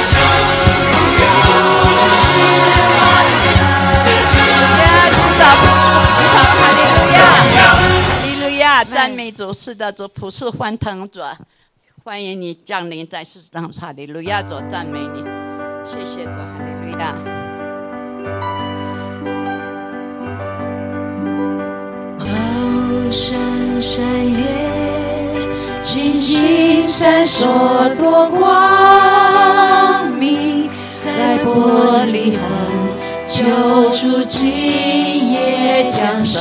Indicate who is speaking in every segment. Speaker 1: 啊主是的主，普世欢腾主，啊欢迎你降临在世上，哈利路亚主，赞美你，谢谢主，哈利路亚。
Speaker 2: 高山山岳，群星闪烁多光明，在玻璃痕，求主今夜降生。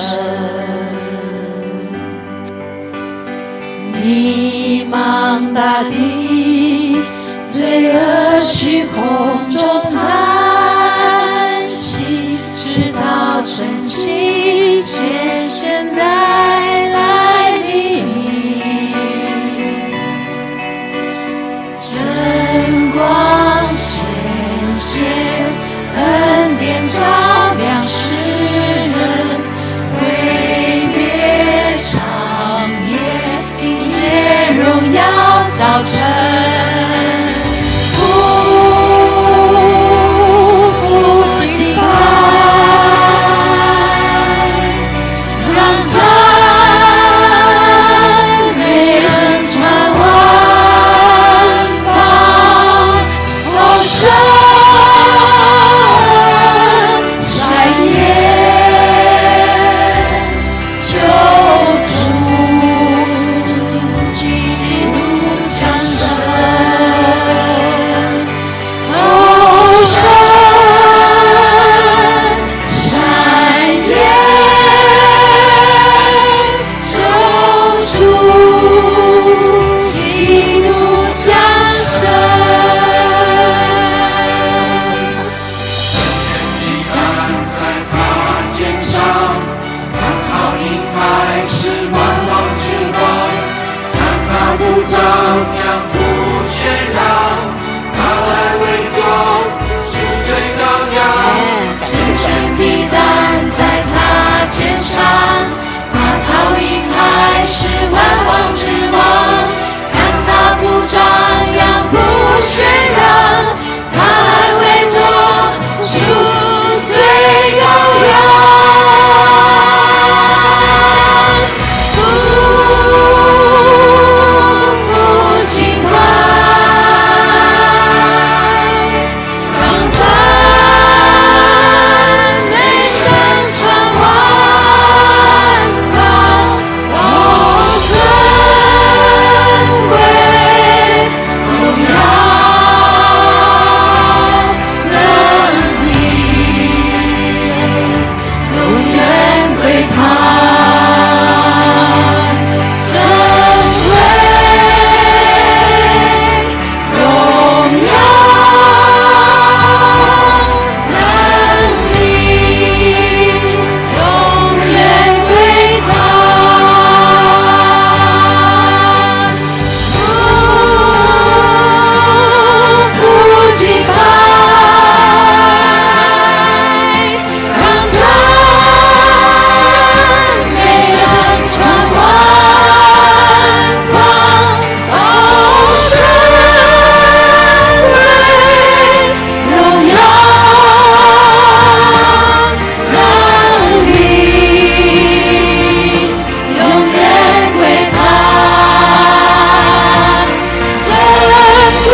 Speaker 2: 迷茫大地，罪恶虚空中叹息，直到晨曦渐现带来黎明。晨光显现，恩典照亮世人，挥别长夜，迎接荣耀早晨。夫妇敬拜。让赞美声传万邦，哦，神山野，救主基督降生，哦，神。山野，救主基督降生。成全必担在他肩上，马槽银海是万王之王，看他不张扬不喧嚷，他还为做赎罪羔羊，不负敬拜。让赞美声传万邦，哦，尊贵荣耀能力，永远归他尊贵。荣耀能力，永远归他。夫妇敬拜，让赞美声传万邦。哦，尊贵荣耀能力，永远归他。尊贵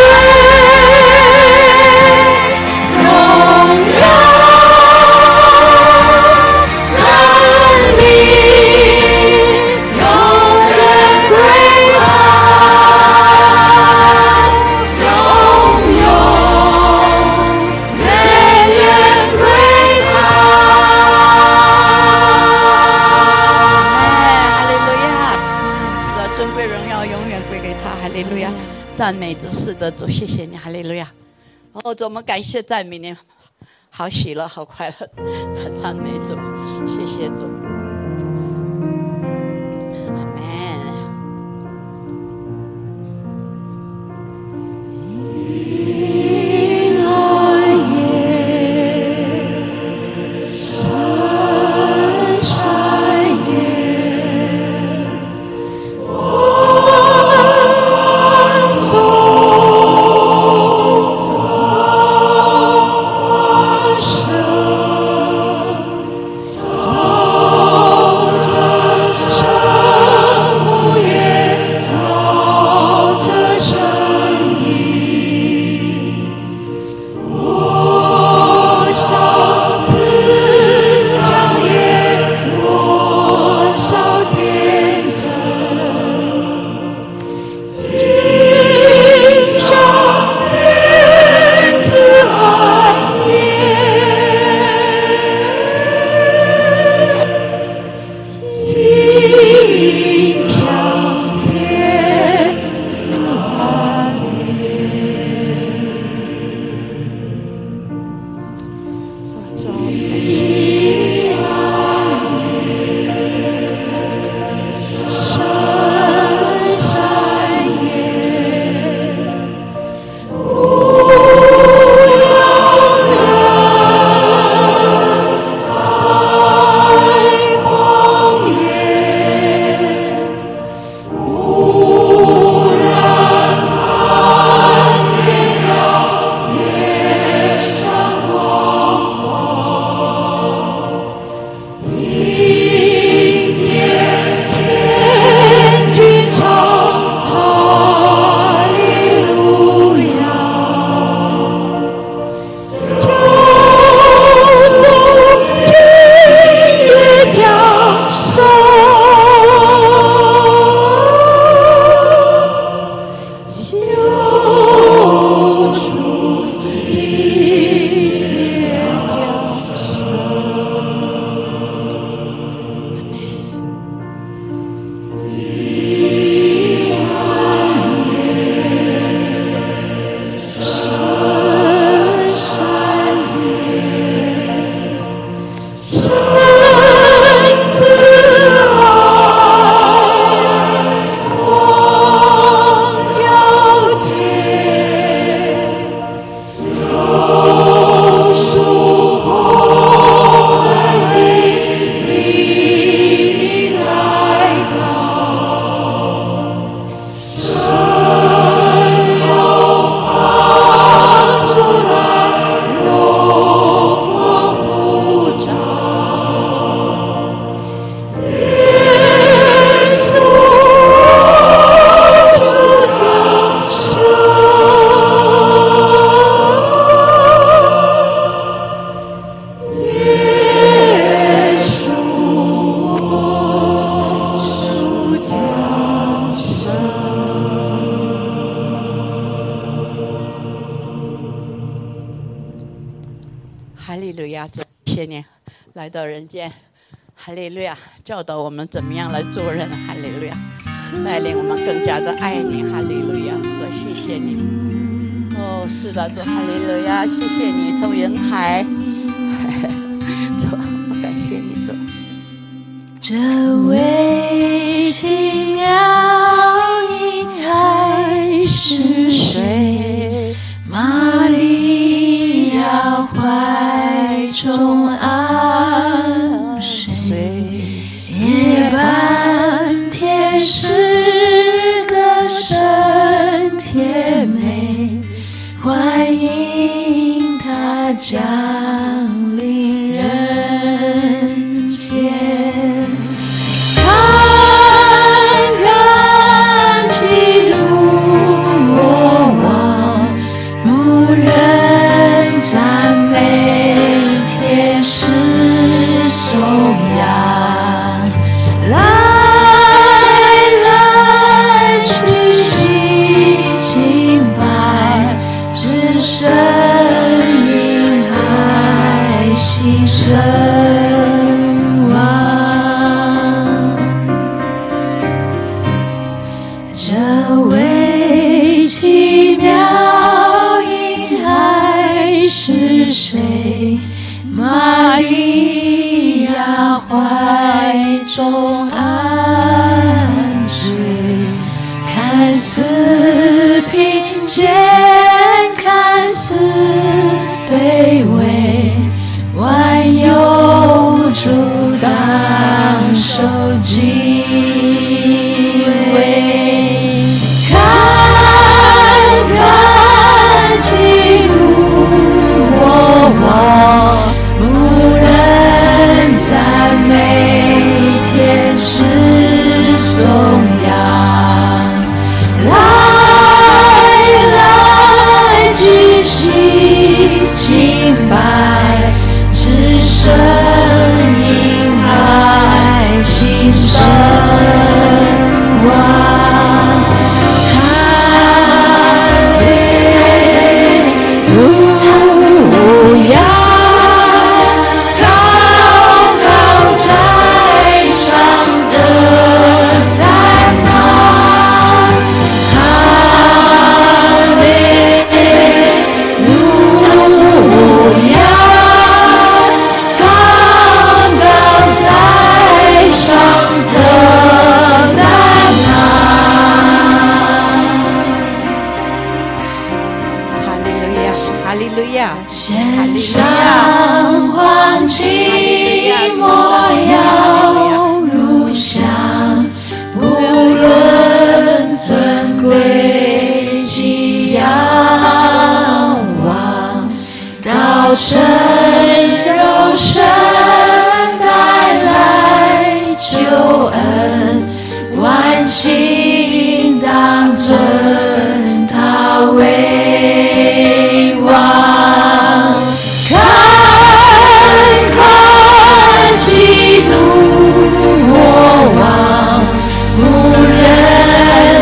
Speaker 2: 荣耀能力，永远归他，永永远远归他。
Speaker 1: 哎，哈利路亚！是的，尊贵荣耀永远归给他。哈利路亚！赞美主，是的，主，谢谢你，哈利路亚！哦，主，我们感谢赞美你，好喜乐，好快乐，赞美主，谢谢主。阿门。
Speaker 2: Oh 深山里，山自爱，光皎洁，榕树红海里，黎明来到，山风。发出来，荣光普照。耶稣主降生，耶稣主降生。
Speaker 1: 哈利路亚！主，谢谢你来到人间，哈利路亚！教导我们怎么样来做人，哈利路亚！带领我们更加的爱你，哈利路亚！主，谢谢你。哦，是的，主，哈利路亚！谢谢你从云海， 主，我们感谢你，主。
Speaker 2: 这味精摇饮爱是谁？玛利亚怀中安睡，夜半天使歌声甜美，欢迎他降临人间。看看基督我王，牧人赞美天使颂扬。来来去去敬拜，只剩因爱心神往。这位奇妙婴孩是谁？玛利亚怀中安睡，看似贫贱，看似卑微，万有主当受敬畏。看看基督我王，牧人赞美天使颂扬。来来去去敬拜，只剩因爱心神往。哈利路亚，高高在上的赞美。
Speaker 1: 哈利路亚，哈利路亚，
Speaker 2: 献上欢庆模样如香，不论尊贵及仰望，道成肉身带来救恩，万心当尊他为王。看看基督我王，牧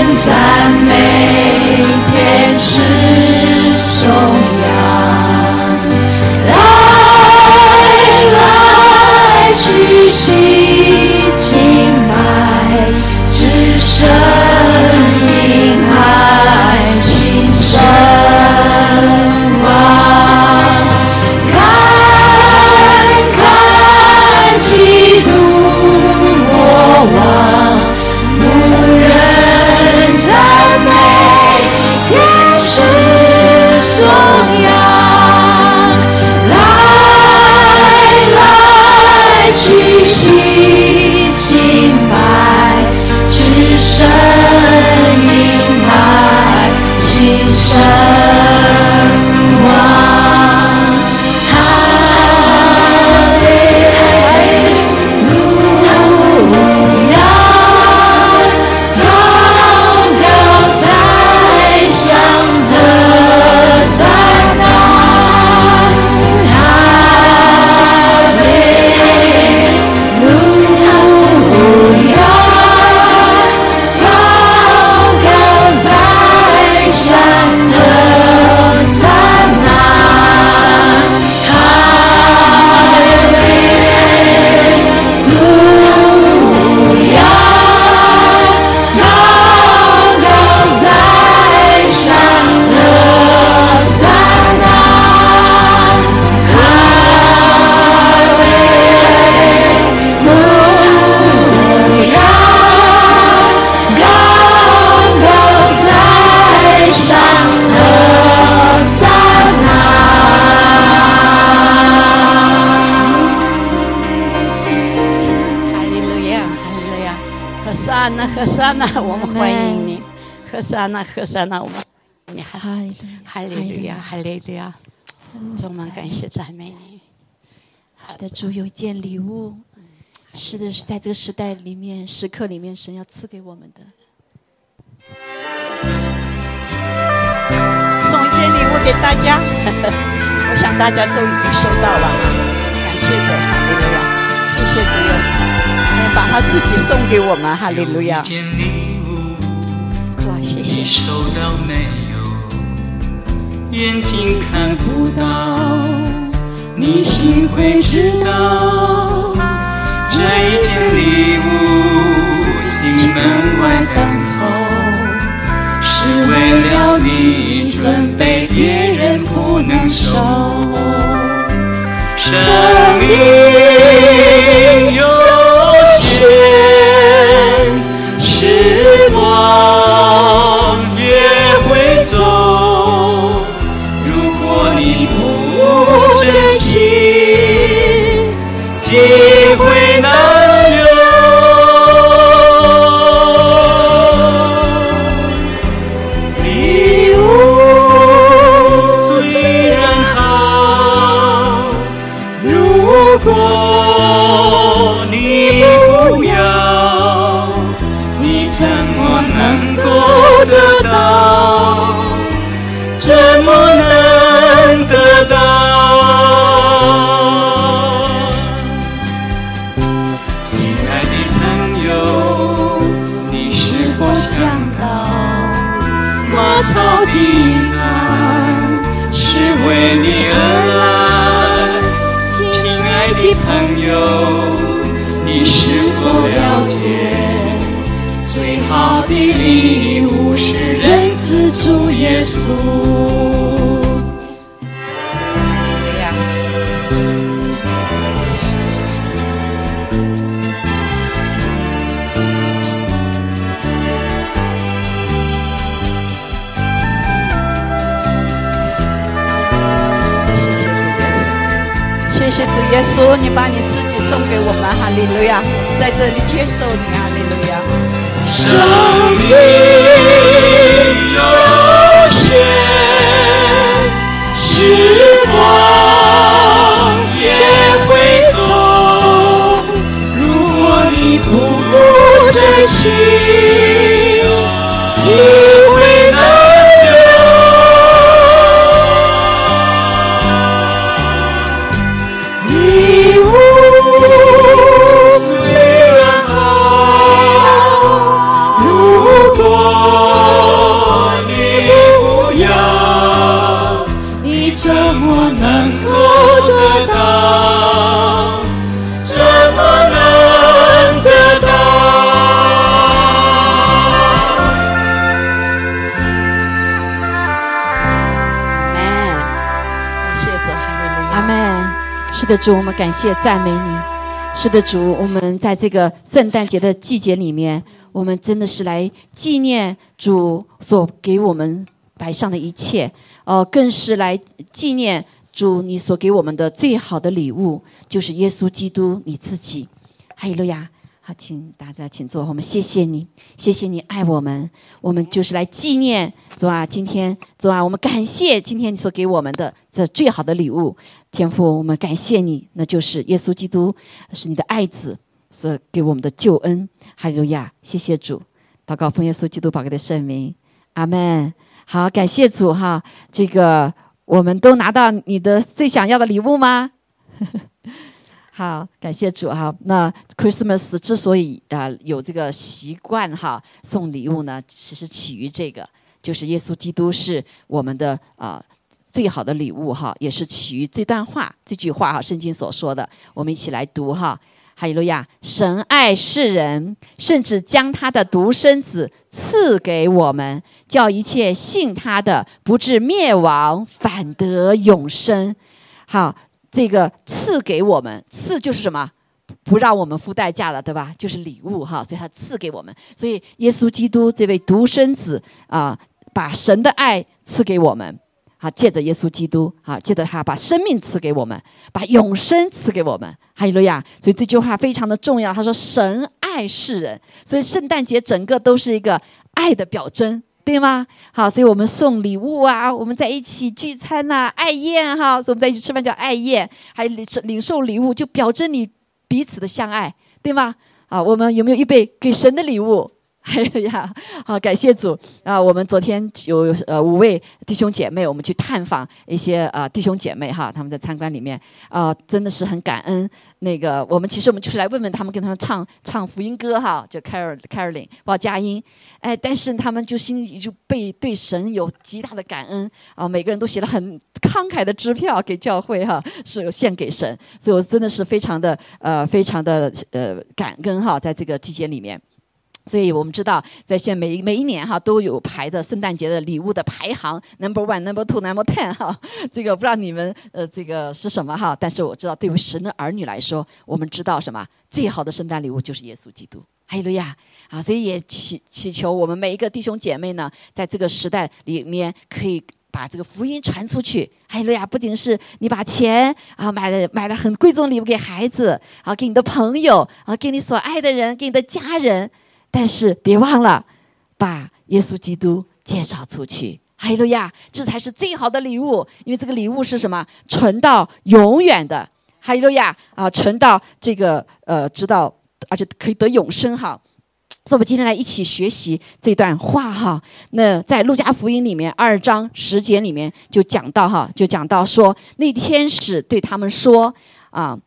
Speaker 2: 人赞美天起神王。高高在上的撒旦，哈利路亚！高高在上的撒旦，哈利路亚！高高在上的撒旦，哈利路亚！高高在上的撒旦。
Speaker 1: 哈利路亚，哈利路亚，何塞纳，何塞纳， 我们欢迎你，何塞纳，何塞纳，我们你好，
Speaker 3: 哈利路亚，
Speaker 1: 哈利路亚，哈利路亚，主我们感谢赞美你，
Speaker 3: 是的，主有一件礼物，是的，是在这个时代里面、时刻里面，神要赐给我们的。
Speaker 1: 送一件礼物给大家， 我想大家都已经收到了，感谢主，哈利路亚，谢谢主耶稣，我们把他自己送给我们，哈利路亚
Speaker 4: 一，件礼物，
Speaker 1: 主啊，谢
Speaker 4: 你
Speaker 1: 谢，
Speaker 4: 收到没有？眼睛看不到，你心会知道。这一件礼物，心门外等候，是为了你准备，别人不能收。生命有限，时光也会走。如果你不珍惜，机会难留。礼物虽然好，如果你不要，你怎么能够得到？怎么能得到？亲爱的朋友，你是否想到？马槽的爱是为你而来，亲爱的朋友，你是否了解？最好的礼物是人子主耶稣。
Speaker 1: 哈利路亚。谢谢主耶稣，你把你自己送给我们，哈利路亚，在这里接受你，哈利路亚。
Speaker 4: 生命有限，时光也会走。如果你不珍惜，机会难留。礼物虽然好，如果你不要，你怎么能够得到？怎么能得到？
Speaker 1: Amen 谢谢主，哈利路亚
Speaker 3: 阿。门。是的，主，我们感谢赞美你。是的，主，我们在这个圣诞节的季节里面，我们真的是来纪念主所给我们摆上的一切，呃，更是来纪念主你所给我们的最好的礼物，就是耶稣基督你自己。哈利路亚，好，请大家请坐。我们谢谢你，谢谢你爱我们，我们就是来纪念主啊。今天主啊，我们感谢今天你所给我们的这最好的礼物，天父，我们感谢你，那就是耶稣基督是你的爱子所给我们的救恩。哈利路亚，谢谢主。祷告奉耶稣基督宝贵的圣名，阿门。好，感谢主哈。这个我们都拿到你的最想要的礼物吗？ 好，感谢主哈。那 Christmas 之所以啊、呃有这个习惯哈送礼物呢，其实起于这个，就是耶稣基督是我们的啊、最好的礼物哈，也是起于这段话这句话哈，圣经所说的。我们一起来读哈。哈利路亚！神爱世人，甚至将他的独生子赐给我们，叫一切信他的不至灭亡，反得永生。好，这个赐给我们，赐就是什么？不让我们付代价了，对吧？就是礼物哈，所以他赐给我们。所以耶稣基督这位独生子啊、把神的爱赐给我们。好，借着耶稣基督，好，借着他把生命赐给我们，把永生赐给我们。哈利路亚！所以这句话非常的重要。他说：“神爱世人。”所以圣诞节整个都是一个爱的表征，对吗？好，所以我们送礼物啊，我们在一起聚餐呐、爱宴哈、所以我们在一起吃饭叫爱宴，还领领受礼物，就表征你彼此的相爱，对吗？啊，我们有没有预备给神的礼物？哎呀，好，感谢主啊！我们昨天有呃五位弟兄姐妹，我们去探访一些啊、呃弟兄姐妹哈，他们在参观里面啊、真的是很感恩。那个我们其实我们就是来问问他们，跟他们唱唱福音歌哈，就 Carol Carolyn 报佳音，哎，但是他们就心里就被对神有极大的感恩啊，每个人都写了很慷慨的支票给教会哈、是有献给神，所以我真的是非常的呃非常的呃感恩哈，在这个季节里面。所以我们知道，在现每一每一年哈都有排的圣诞节的礼物的排行，number one、number two、number ten 哈，这个不知道你们呃这个是什么哈，但是我知道对于神的儿女来说，我们知道什么最好的圣诞礼物就是耶稣基督。哈利路亚啊！所以也祈祈求我们每一个弟兄姐妹呢，在这个时代里面可以。把这个福音传出去，哈利路亚！不仅是你把钱啊买了买了很贵重的礼物给孩子，啊给你的朋友，啊给你所爱的人，给你的家人，但是别忘了把耶稣基督介绍出去。哈利路亚，这才是最好的礼物，因为这个礼物是什么？存到永远的。哈利路亚啊，存到这个呃，直到而且可以得永生哈。所以，我们今天来一起学习这段话哈。那在路加福音里面二章十节里面就讲到哈，就讲到说，那天使对他们说啊，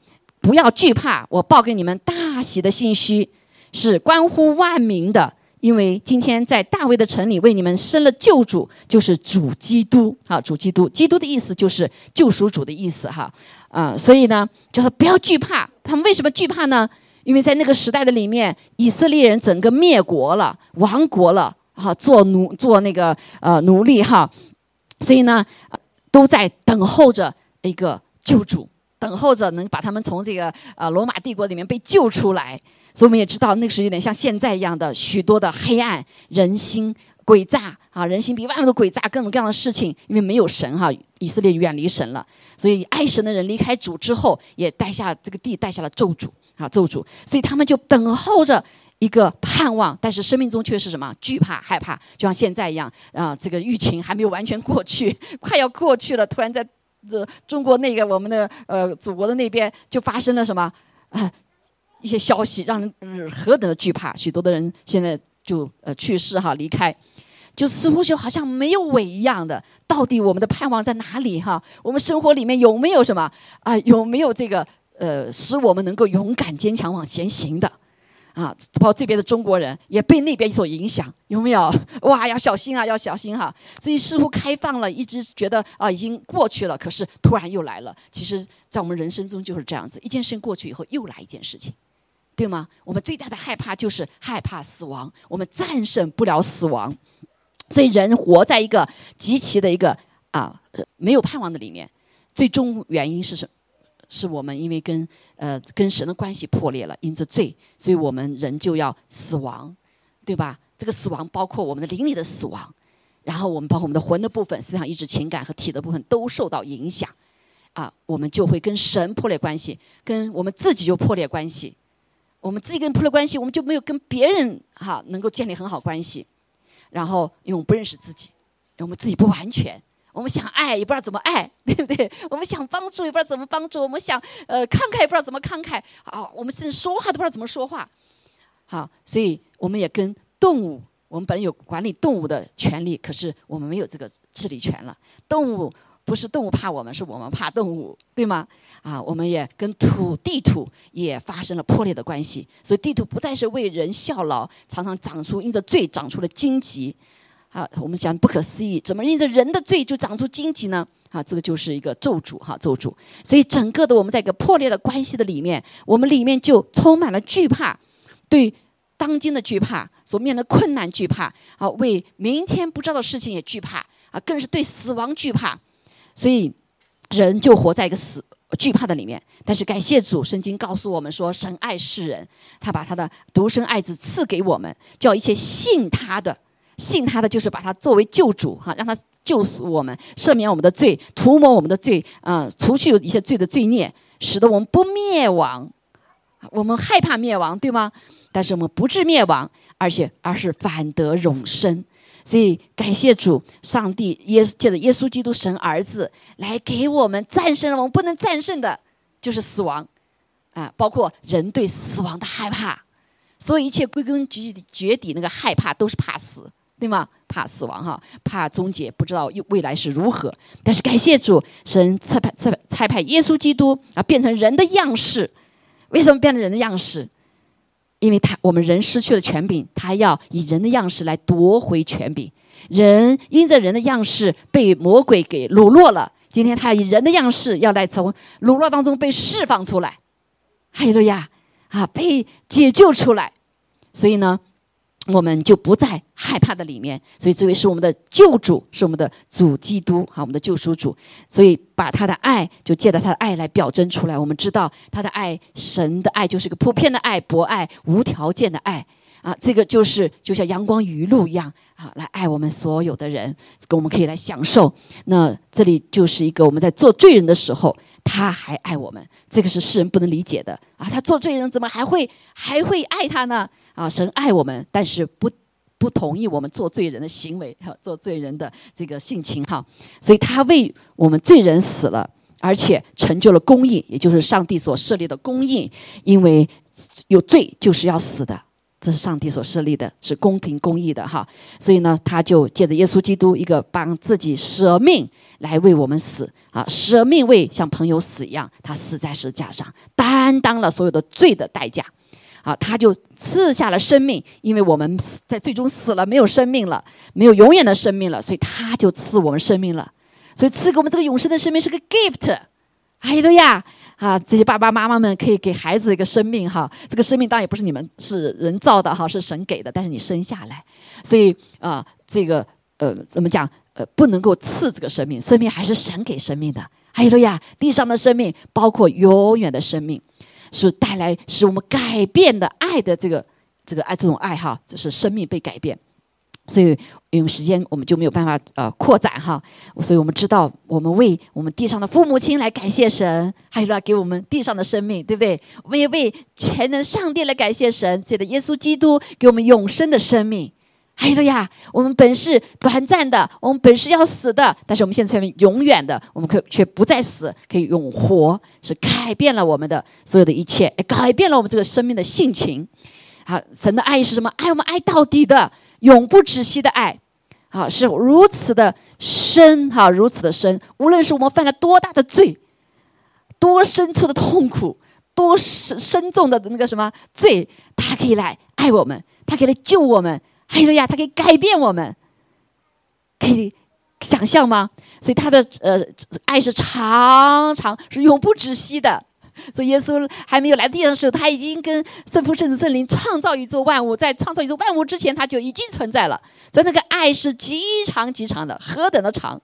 Speaker 3: 不要惧怕，我报给你们大喜的信息，是关乎万民的。因为今天在大卫的城里为你们生了救主，就是主基督啊，主基督，基督的意思就是救赎主的意思哈啊、所以呢，就是不要惧怕。他们为什么惧怕呢？因为在那个时代的里面，以色列人整个灭国了，亡国了，哈、做奴做那个呃奴隶哈，所以呢，呃都在等候着一个救主，等候着能把他们从这个呃罗马帝国里面被救出来。所以我们也知道，那个时候有点像现在一样的许多的黑暗、人心诡诈啊，人心比万物都诡诈，各种各样的事情，因为没有神哈、以色列远离神了，所以爱神的人离开主之后，也带下这个地带下了咒诅啊，咒诅，所以他们就等候着。一个盼望，但是生命中却是什么？惧怕、害怕，就像现在一样啊、这个疫情还没有完全过去，快要过去了，突然在呃中国那个我们的呃祖国的那边就发生了什么啊、一些消息，让人、呃何等的惧怕！许多的人现在就呃去世哈，离开，就似乎就好像没有尾一样的。到底我们的盼望在哪里哈？我们生活里面有没有什么啊、有没有这个呃，使我们能够勇敢坚强往前行的？啊，包括这边的中国人也被那边所影响，有没有？哇，要小心啊，要小心哈、所以似乎开放了，一直觉得啊已经过去了，可是突然又来了。其实，在我们人生中就是这样子，一件事情过去以后，又来一件事情。对吗？我们最大的害怕就是害怕死亡，我们战胜不了死亡，所以人活在一个极其的一个啊、呃没有盼望的里面。最终原因是什？是我们因为跟呃跟神的关系破裂了，因着罪，所以我们人就要死亡，对吧？这个死亡包括我们的灵里的死亡，然后我们包括我们的魂的部分、思想、意志、情感和体的部分都受到影响，啊，我们就会跟神破裂关系，跟我们自己就破裂关系，我们自己跟仆的关系，我们就没有跟别人哈能够建立很好关系。然后，因为我们不认识自己，因为我们自己不完全，我们想爱也不知道怎么爱， 对不对？我们想帮助也不知道怎么帮助，我们想呃慷慨也不知道怎么慷慨啊，我们甚至说话都不知道怎么说话。好，所以我们也跟动物，我们本来有管理动物的权利，可是我们没有这个治理权了。动物不是动物怕我们，是我们怕动物，对吗？啊，我们也跟土地土也发生了破裂的关系，所以地土不再是为人效劳，常常长出因着罪长出了荆棘。啊，我们讲不可思议，怎么因着人的罪就长出荆棘呢？啊，这个就是一个咒诅哈、咒诅。所以整个的我们在一个破裂的关系的里面，我们里面就充满了惧怕，对当今的惧怕，所面临的困难惧怕啊，为明天不知道的事情也惧怕啊，更是对死亡惧怕。所以人就活在一个死惧怕的里面。但是感谢主，圣经告诉我们说，神爱世人，他把他的独生爱子赐给我们，叫一切信他的。信他的就是把他作为救主哈、让他救赎我们，赦免我们的罪，涂抹我们的罪，啊、除去一些罪的罪孽，使得我们不灭亡。我们害怕灭亡，对吗？但是我们不致灭亡，而且而是反得永生。所以感谢主，上帝耶稣借着耶稣基督神儿子来给我们战胜了我们不能战胜的，就是死亡啊，包括人对死亡的害怕。所以一切归根结底，绝底那个害怕都是怕死，对吗？怕死亡哈，怕终结，不知道未来是如何。但是感谢主，神差派差派差派耶稣基督啊，变成人的样式。为什么变成人的样式？因为他我们人失去了权柄，他要以人的样式来夺回权柄。人因着人的样式被魔鬼给掳落了，今天他以人的样式要来从掳落当中被释放出来。哈利路亚啊，被解救出来。所以呢，我们就不在害怕的里面。所以这位是我们的救主，是我们的主基督啊，我们的救赎主。所以把他的爱就借着他的爱来表征出来。我们知道他的爱，神的爱就是个普遍的爱、博爱、无条件的爱。啊，这个就是就像阳光雨露一样啊，来爱我们所有的人，我们可以来享受。那这里就是一个我们在做罪人的时候，他还爱我们，这个是世人不能理解的啊！他做罪人怎么还会还会爱他呢？啊，神爱我们，但是不不同意我们做罪人的行为，哈，做罪人的这个性情哈，所以他为我们罪人死了，而且成就了公义，也就是上帝所设立的公义，因为有罪就是要死的。这是上帝所设立的，是公平公义的哈，所以呢，他就借着耶稣基督一个帮自己舍命来为我们死啊，舍命为像朋友死一样，他死在十字架上，担当了所有的罪的代价。啊，他就赐下了生命，因为我们死在最终死了，没有生命了，没有永远的生命了，所以他就赐我们生命了。所以赐给我们这个永生的生命是个 gift，哈利路亚啊！这些爸爸妈妈们可以给孩子一个生命哈，这个生命当然也不是你们是人造的哈，是神给的，但是你生下来，所以啊、这个呃怎么讲呃不能够赐这个生命，生命还是神给生命的。哈利路亚！地上的生命包括永远的生命。是带来使我们改变的爱的这个这个爱这种爱哈，就是生命被改变。所以因为时间我们就没有办法呃扩展哈，所以我们知道我们为我们地上的父母亲来感谢神，还有呢给我们地上的生命，对不对？我们也为全能上帝来感谢神，借着耶稣基督给我们永生的生命。哎路呀，我们本是短暂的，我们本是要死的，但是我们现在成为永远的，我们可却不再死，可以永活，是改变了我们的所有的一切，也改变了我们这个生命的性情。好，神的爱是什么？爱我们爱到底的，永不止息的爱。啊，是如此的深，哈、如此的深。无论是我们犯了多大的罪，多深处的痛苦，多深深重的那个什么罪，他可以来爱我们，他可以来救我们，还有呀，他可以改变我们，可以想象吗？所以他的呃爱是长长是永不止息的。所以耶稣还没有来地上的时候，他已经跟圣父、圣子、圣灵创造宇宙万物，在创造宇宙万物之前，他就已经存在了。所以那个爱是极长极长的，何等的长！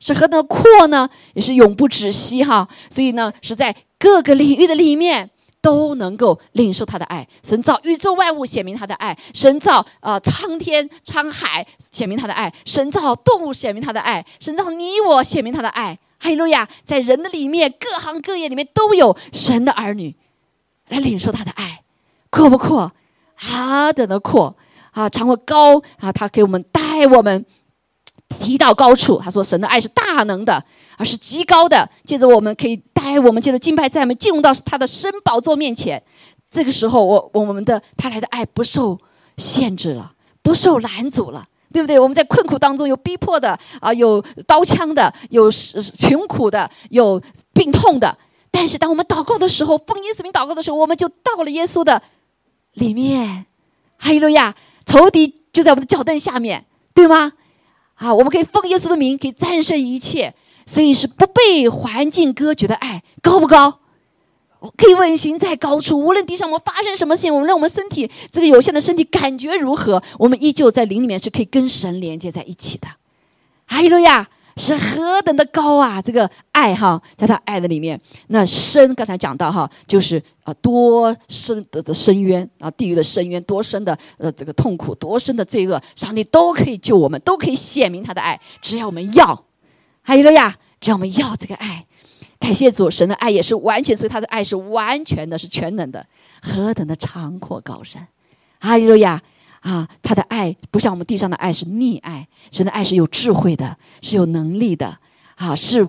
Speaker 3: 是何等的阔呢？也是永不止息哈。所以呢，是在各个领域的里面都能够领受他的爱。神造宇宙万物，显明他的爱；神造呃苍天沧海，显明他的爱；神造动物，显明他的爱；神造你我，显明他的爱。哈利路亚！在人的里面，各行各业里面都有神的儿女来领受他的爱。阔不阔？何等的阔啊！常会高啊！他给我们带我们提到高处。他说，神的爱是大能的，而是极高的。接着我们可以带我们借着敬拜赞美进入到他的深宝座面前。这个时候，我我们的他来的爱不受限制了，不受拦阻了。对不对？我们在困苦当中有逼迫的啊，有刀枪的，有是穷苦的，有病痛的。但是当我们祷告的时候，奉耶稣名祷告的时候，我们就到了耶稣的里面。哈利路亚！仇敌就在我们的脚凳下面，对吗？啊，我们可以奉耶稣的名，可以战胜一切。所以是不被环境隔绝的爱，高不高？我可以问行在高处，无论地上我们发生什么事情，我们让我们身体这个有限的身体感觉如何，我们依旧在灵里面是可以跟神连接在一起的。哈利路亚，是何等的高啊！这个爱哈，在他爱的里面，那深刚才讲到哈，就是啊多深的的深渊啊，地狱的深渊，多深的呃这个痛苦，多深的罪恶，上帝都可以救我们，都可以显明他的爱，只要我们要。哈利路亚，只要我们要这个爱。感谢主，神的爱也是完全，所以他的爱是完全的，是全能的，何等的长阔高深！哈利路亚啊！他的爱不像我们地上的爱是溺爱，神的爱是有智慧的，是有能力的啊，是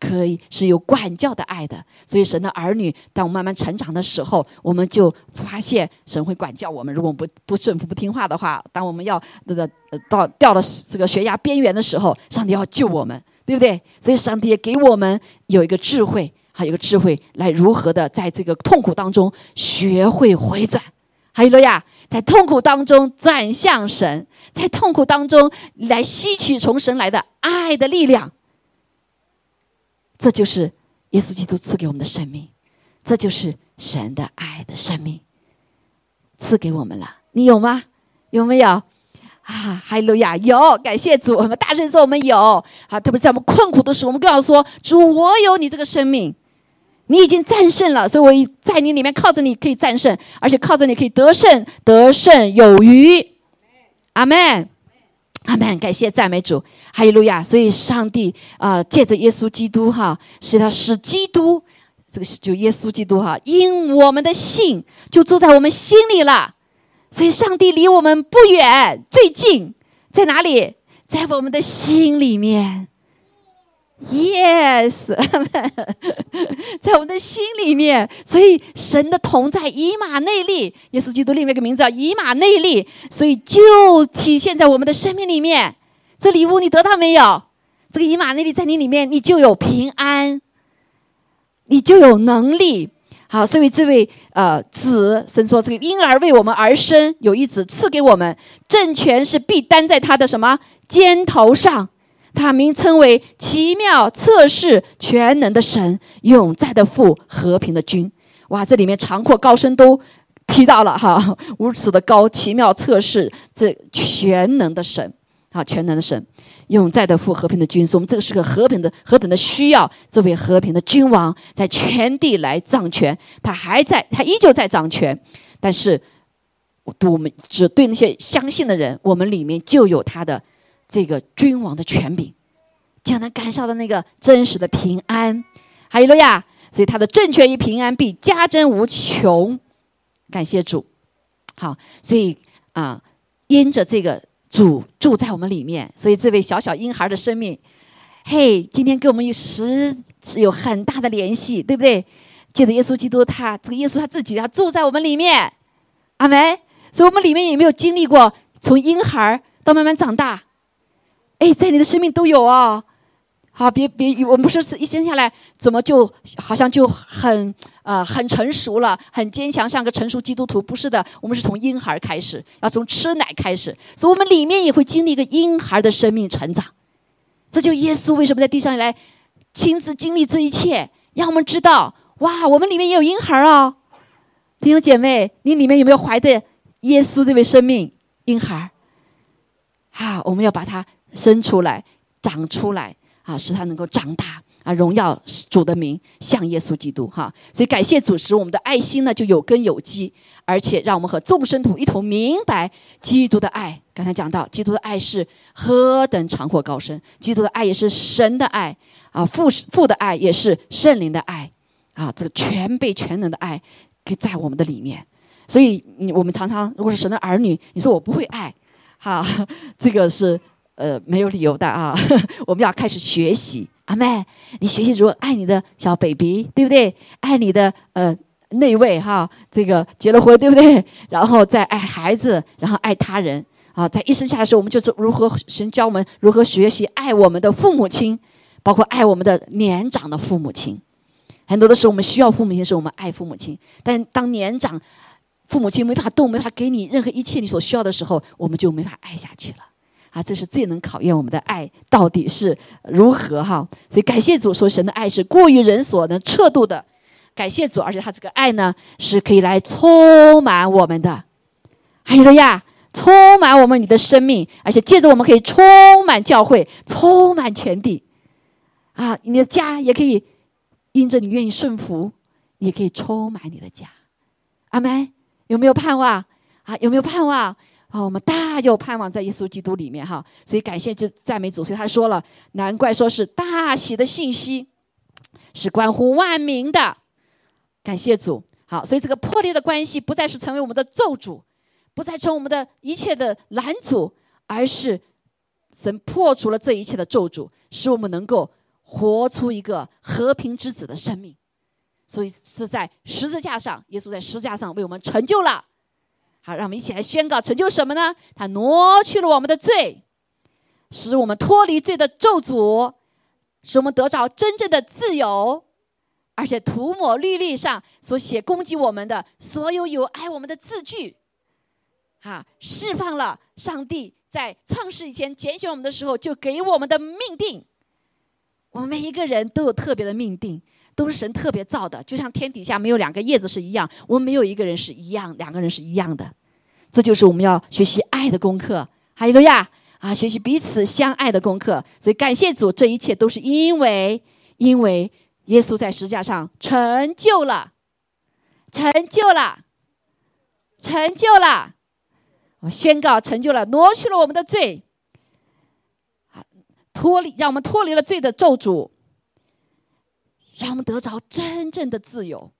Speaker 3: 可以是有管教的爱的。所以神的儿女，当我们慢慢成长的时候，我们就发现神会管教我们。如果我们不不顺服、不听话的话，当我们要那个呃到掉到这个悬崖边缘的时候，上帝要救我们，对不对？所以上帝也给我们有一个智慧，还有一个智慧来如何的在这个痛苦当中学会回转。哈利路亚，在痛苦当中转向神，在痛苦当中来吸取从神来的爱的力量。这就是耶稣基督赐给我们的生命，这就是神的爱的生命赐给我们了。你有吗？有没有？啊，哈利路亚！有，感谢主，我们大声说我们有啊！特别是在我们困苦的时候，我们更要说主，我有你这个生命，你已经战胜了，所以我已在你里面靠着你可以战胜，而且靠着你可以得胜，得胜有余。阿门。阿门！感谢赞美主，哈利路亚！所以上帝啊、呃借着耶稣基督哈，使他使基督这个是就耶稣基督哈，因我们的信就住在我们心里了。所以上帝离我们不远，最近在哪里？在我们的心里面。Yes，阿 门在我们的心里面，所以神的同在以马内利，耶稣基督另外一个名字叫以马内利，所以就体现在我们的生命里面。这礼物你得到没有？这个以马内利在你里面，你就有平安，你就有能力。好，所以这位呃子，神说这个婴儿为我们而生，有一子赐给我们，政权是必担在他的什么肩头上。他名称为奇妙、测试、全能的神、永在的父、和平的君。哇，这里面长阔高深都提到了哈， 如此的高、奇妙、测试，这全能的神啊，全能的神，永在的父、和平的君。所以我们这个是个和平的、何等的需要，这位和平的君王在全地来掌权，他还在，他依旧在掌权，但是。对我们只对那些相信的人，我们里面就有他的这个君王的权柄，就能感受到那个真实的平安。哈利路亚！所以他的正确与平安必加增无穷。感谢主。好，所以啊、因着这个主住在我们里面，所以这位小小婴孩的生命，嘿，今天跟我们有实是有很大的联系，对不对？借着耶稣基督他，这个耶稣他自己，他住在我们里面，阿门。所以我们里面有没有经历过从婴孩到慢慢长大？哎，在你的生命都有哦。好，别别，我们不是一生下来怎么就好像就很呃很成熟了，很坚强，像个成熟基督徒？不是的，我们是从婴孩开始，要从吃奶开始，所以我们里面也会经历一个婴孩的生命成长。这就耶稣为什么在地上来亲自经历这一切，让我们知道，哇，我们里面也有婴孩哦。弟兄姐妹，你里面有没有怀着耶稣这位生命婴孩儿？啊，我们要把它生出来、长出来啊，使它能够长大啊，荣耀主的名，像耶稣基督哈、所以感谢主，使我们的爱心呢就有根有基，而且让我们和众生徒一同明白基督的爱。刚才讲到，基督的爱是何等长阔高深，基督的爱也是神的爱啊，父父的爱也是圣灵的爱啊，这个全被全能的爱给在我们的里面。所以你我们常常如果是神的儿女，你说我不会爱，哈，这个是呃没有理由的啊。 我们要开始学习，阿妹，你学习如何爱你的小 baby，对不对？爱你的呃内位哈，这个结了婚对不对？然后再爱孩子，然后爱他人啊。在一生下来的时候，我们就是如何神教我们如何学习爱我们的父母亲，包括爱我们的年长的父母亲。很多的时候，我们需要父母亲的时候，我们爱父母亲；但当年长父母亲没法动、没法给你任何一切你所需要的时候，我们就没法爱下去了。啊，这是最能考验我们的爱到底是如何哈。所以感谢主，说神的爱是过于人所能测度的。感谢主，而且他这个爱呢，是可以来充满我们的。还有了呀，充满我们你的生命，而且借着我们可以充满教会，充满全地。啊，你的家也可以因着你愿意顺服，你也可以充满你的家。阿门。有没有盼望啊？有没有盼望？啊，我们大有盼望在耶稣基督里面哈，所以感谢这赞美主。所以他说了，难怪说是大喜的信息，是关乎万民的。感谢主。好，所以这个破裂的关系不再是成为我们的咒诅，不再成为我们的一切的拦阻，而是神破除了这一切的咒诅，使我们能够活出一个和平之子的生命。所以是在十字架上，耶稣在十字架上为我们成就了。好，让我们一起来宣告：成就什么呢？他挪去了我们的罪，使我们脱离罪的咒诅，使我们得着真正的自由。而且涂抹律例上所写攻击我们的所有有爱我们的字句，啊，释放了上帝在创世以前拣选我们的时候就给我们的命定。我们每一个人都有特别的命定，都是神特别造的，就像天底下没有两个叶子是一样，我们没有一个人是一样，两个人是一样的。这就是我们要学习爱的功课。哈利路亚啊！学习彼此相爱的功课。所以感谢主，这一切都是因为因为耶稣在十字架上成就了，成就了，成就了。我宣告成就了，挪去了我们的罪，脱离，让我们脱离了罪的咒诅，让我们得着真正的自由。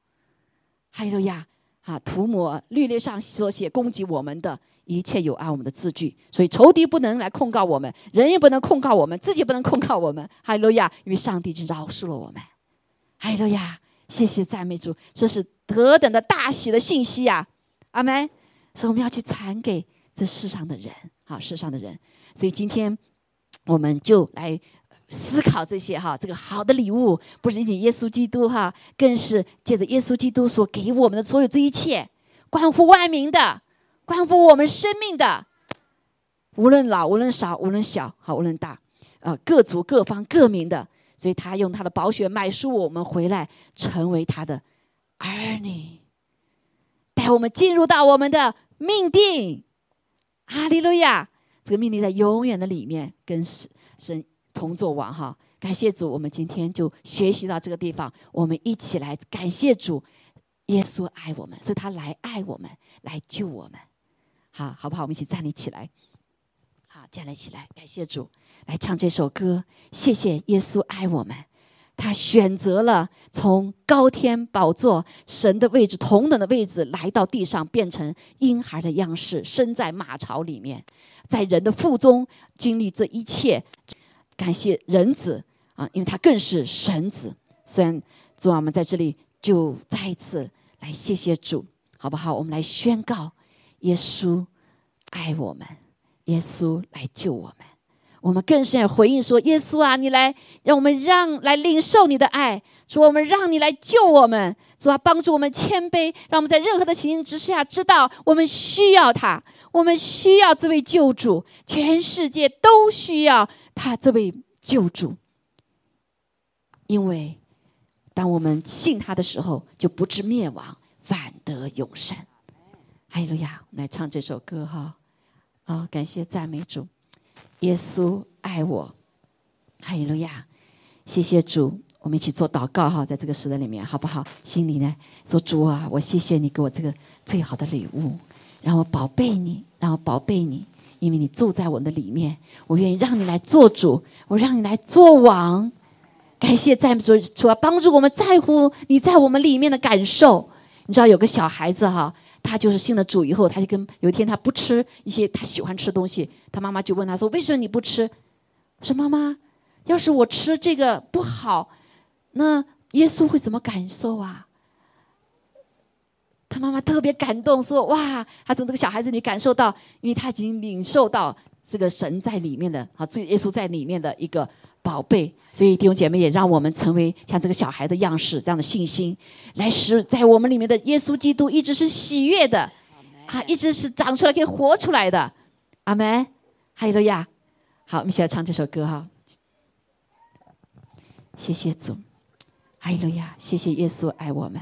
Speaker 3: 还有呀，啊，涂抹律例上所写攻击我们的一切有碍我们的字句，所以仇敌不能来控告我们，人也不能控告我们，自己不能控告我们。哈利路亚，因为上帝已经饶恕了我们。哈利路亚，谢谢赞美主，这是何等的大喜的信息呀、阿门。所以我们要去传给这世上的人，好，世上的人。所以今天我们就来思考这些哈，这个好的礼物不仅仅耶稣基督哈，更是借着耶稣基督所给我们的所有这一切，关乎万民的，关乎我们生命的，无论老，无论少，无论小，好，无论大，呃，各族各方各民的，所以他用他的宝血买赎我们回来，成为他的儿女，带我们进入到我们的命定。哈利路亚！这个命令在永远的里面跟神神同作王哈。感谢主，我们今天就学习到这个地方，我们一起来感谢主，耶稣爱我们，所以他来爱我们，来救我们，好好不好？我们一起站立起来，好，站立起来，感谢主，来唱这首歌，谢谢耶稣爱我们。他选择了从高天宝座、神的位置、同等的位置来到地上，变成婴孩的样式，身在马槽里面，在人的腹中经历这一切。感谢人子啊，因为他更是神子。虽然主啊，我们在这里就再一次来谢谢主，好不好？我们来宣告：耶稣爱我们，耶稣来救我们。我们更是要回应说：“耶稣啊，你来，让我们让来领受你的爱，主，啊我们让你来救我们，主啊，帮助我们谦卑，让我们在任何的情形之下知道我们需要他，我们需要这位救主，全世界都需要他这位救主，因为当我们信他的时候，就不致灭亡，反得永生。”哈利路亚！我们来唱这首歌哈，啊、感谢赞美主。耶稣爱我，哈利路亚！谢谢主，我们一起做祷告哈，在这个时代里面，好不好？心里呢说主啊，我谢谢你给我这个最好的礼物，让我宝贝你，让我宝贝你，因为你住在我的里面，我愿意让你来做主，我让你来做王。感谢赞美主，主啊，帮助我们在乎你在我们里面的感受。你知道有个小孩子哈，他就是信了主以后，他就跟有一天他不吃一些他喜欢吃的东西，他妈妈就问他说：“为什么你不吃？”说：“妈妈，要是我吃这个不好，那耶稣会怎么感受啊？”他妈妈特别感动，说：“哇，他从这个小孩子里感受到，因为他已经领受到这个神在里面的啊，这个耶稣在里面的一个宝贝。所以弟兄姐妹，也让我们成为像这个小孩的样式，这样的信心，来使在我们里面的耶稣基督一直是喜悦的，啊，一直是长出来可以活出来的。阿门，哈利路亚。好，我们一起来唱这首歌哈。谢谢主，哈利路亚，谢谢耶稣爱我们。”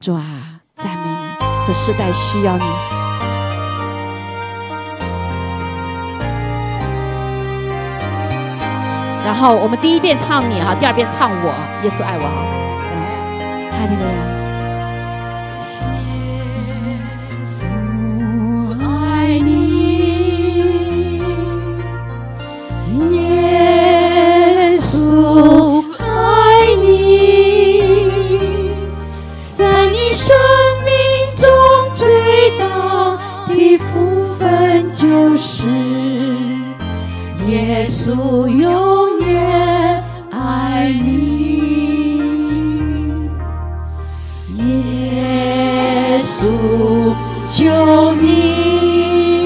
Speaker 3: 主啊，赞美你，这世代需要你。然后我们第一遍唱你哈，第二遍唱我，耶稣爱我哈。嗯哈利路亚。
Speaker 2: 爱你，耶稣爱你，在你生命中最大的福分就是耶稣永远爱你。耶稣，求你，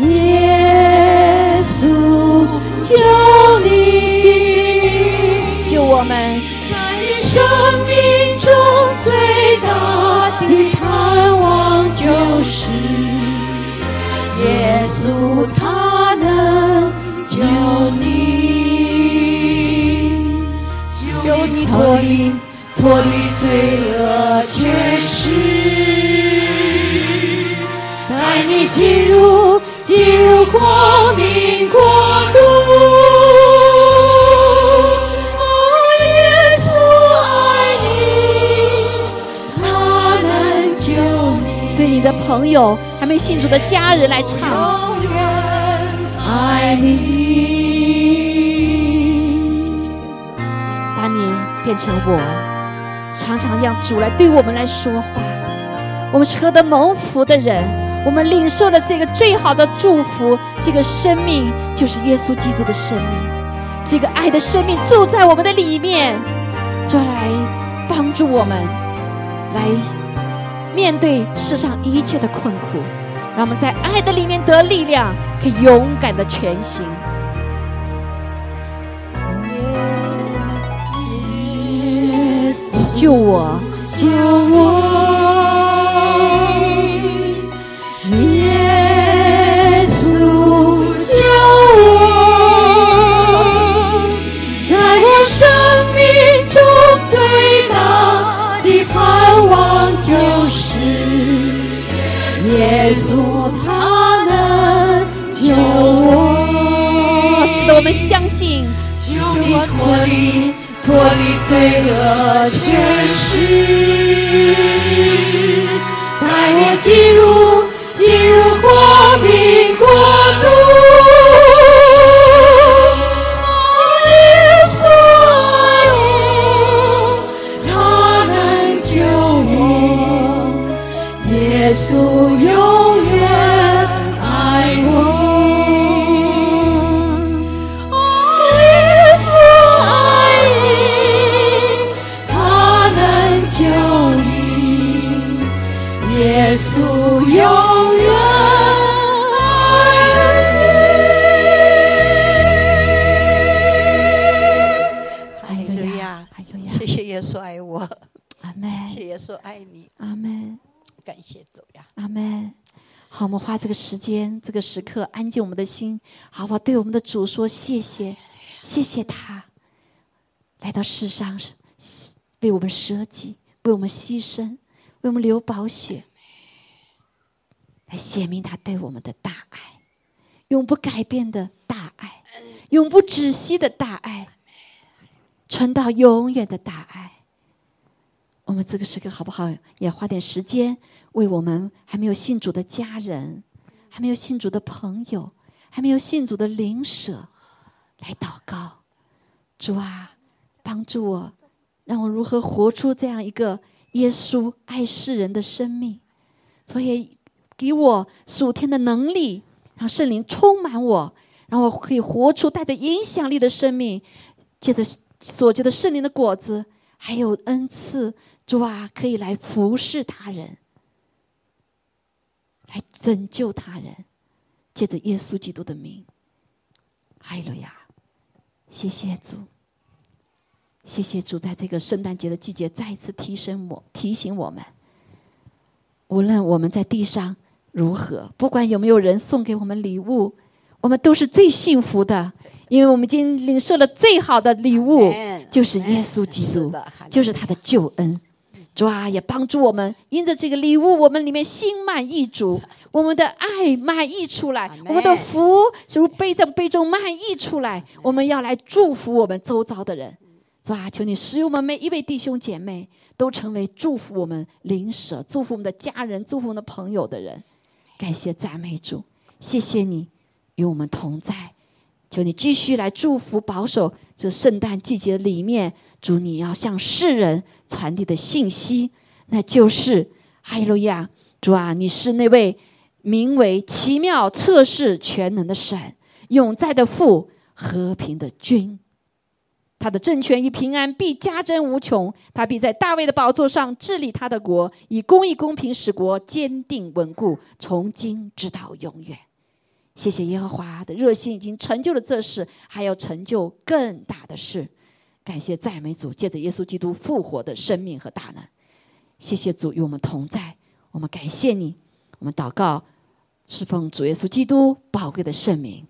Speaker 2: 耶稣，求你，
Speaker 3: 救我们，
Speaker 2: 在你生命中最大的盼望就是耶稣，他能救你。救你脱离脱离罪恶权势，带你进入进入光明国度。哦，耶稣爱你，他能救你，
Speaker 3: 对你的朋友还没信主的家人来唱。
Speaker 2: 永远爱你。
Speaker 3: 把你变成我，常常让主来对我们来说话。我们是何等蒙福的人，我们领受了这个最好的祝福，这个生命就是耶稣基督的生命，这个爱的生命住在我们的里面，主来帮助我们，来面对世上一切的困苦，让我们在爱的里面得力量，可以勇敢的前行。
Speaker 2: 耶稣
Speaker 3: 救我，
Speaker 2: 救我，耶稣救我，在我生命中最大的盼望就是耶稣，他能救我，
Speaker 3: 哦使得我们相信。
Speaker 2: 救你脱离脱离罪恶权势，带我进入进入光明国度。哦耶稣爱我，他能救我，耶稣永远爱我。哦，耶稣爱你，他能救你，耶稣永远爱你。
Speaker 1: 哈利路亚，
Speaker 3: 哈利路亚，
Speaker 1: 谢谢耶稣爱我，
Speaker 3: 阿门，
Speaker 1: 谢谢耶稣爱你，
Speaker 3: 阿门，
Speaker 1: 感谢主呀。
Speaker 3: 阿门。好，我们花这个时间、这个时刻，安静我们的心，好不好？对我们的主说谢谢，谢谢他来到世上，是为我们舍己，为我们牺牲，为我们流宝血，来显明他对我们的大爱，永不改变的大爱，永不止息的大爱，存到永远的大爱。我们这个时刻好不好？也花点时间为我们还没有信主的家人、还没有信主的朋友、还没有信主的邻舍来祷告。主啊，帮助我，让我如何活出这样一个耶稣爱世人的生命，所以给我属天的能力，让圣灵充满我，让我可以活出带着影响力的生命，结的所结的圣灵的果子，还有恩赐，主啊，可以来服侍他人，来拯救他人，借着耶稣基督的名，哈利路亚！谢谢主。谢谢主，在这个圣诞节的季节，再一次提升我、提醒我们，无论我们在地上如何，不管有没有人送给我们礼物，我们都是最幸福的，因为我们已经领受了最好的礼物
Speaker 1: Amen，
Speaker 3: 就是耶稣基
Speaker 1: Amen，是
Speaker 3: 督
Speaker 1: 的哈利路亚，
Speaker 3: 就是他的救恩。主啊，也帮助我们，因着这个礼物，我们里面心满意足，我们的爱满溢出来，我们的
Speaker 1: Amen
Speaker 3: 福如杯在杯中满溢出来。我们要来祝福我们周遭的人。主啊，求你使我们每一位弟兄姐妹都成为祝福我们邻舍、祝福我们的家人、祝福我们的朋友的人。感谢赞美主，谢谢你与我们同在。求你继续来祝福保守这圣诞季节里面，主你要向世人传递的信息，那就是哈利路亚，主啊，你是那位名为奇妙测试全能的神，永在的父，和平的君。他的政权与平安必加增无穷，他必在大卫的宝座上治理他的国，以公义公平使国坚定稳固，从今直到永远。谢谢耶和华的热心已经成就了这事，还要成就更大的事。感谢赞美主，借着耶稣基督复活的生命和大能。谢谢主与我们同在，我们感谢你，我们祷告，侍奉主耶稣基督宝贵的圣名。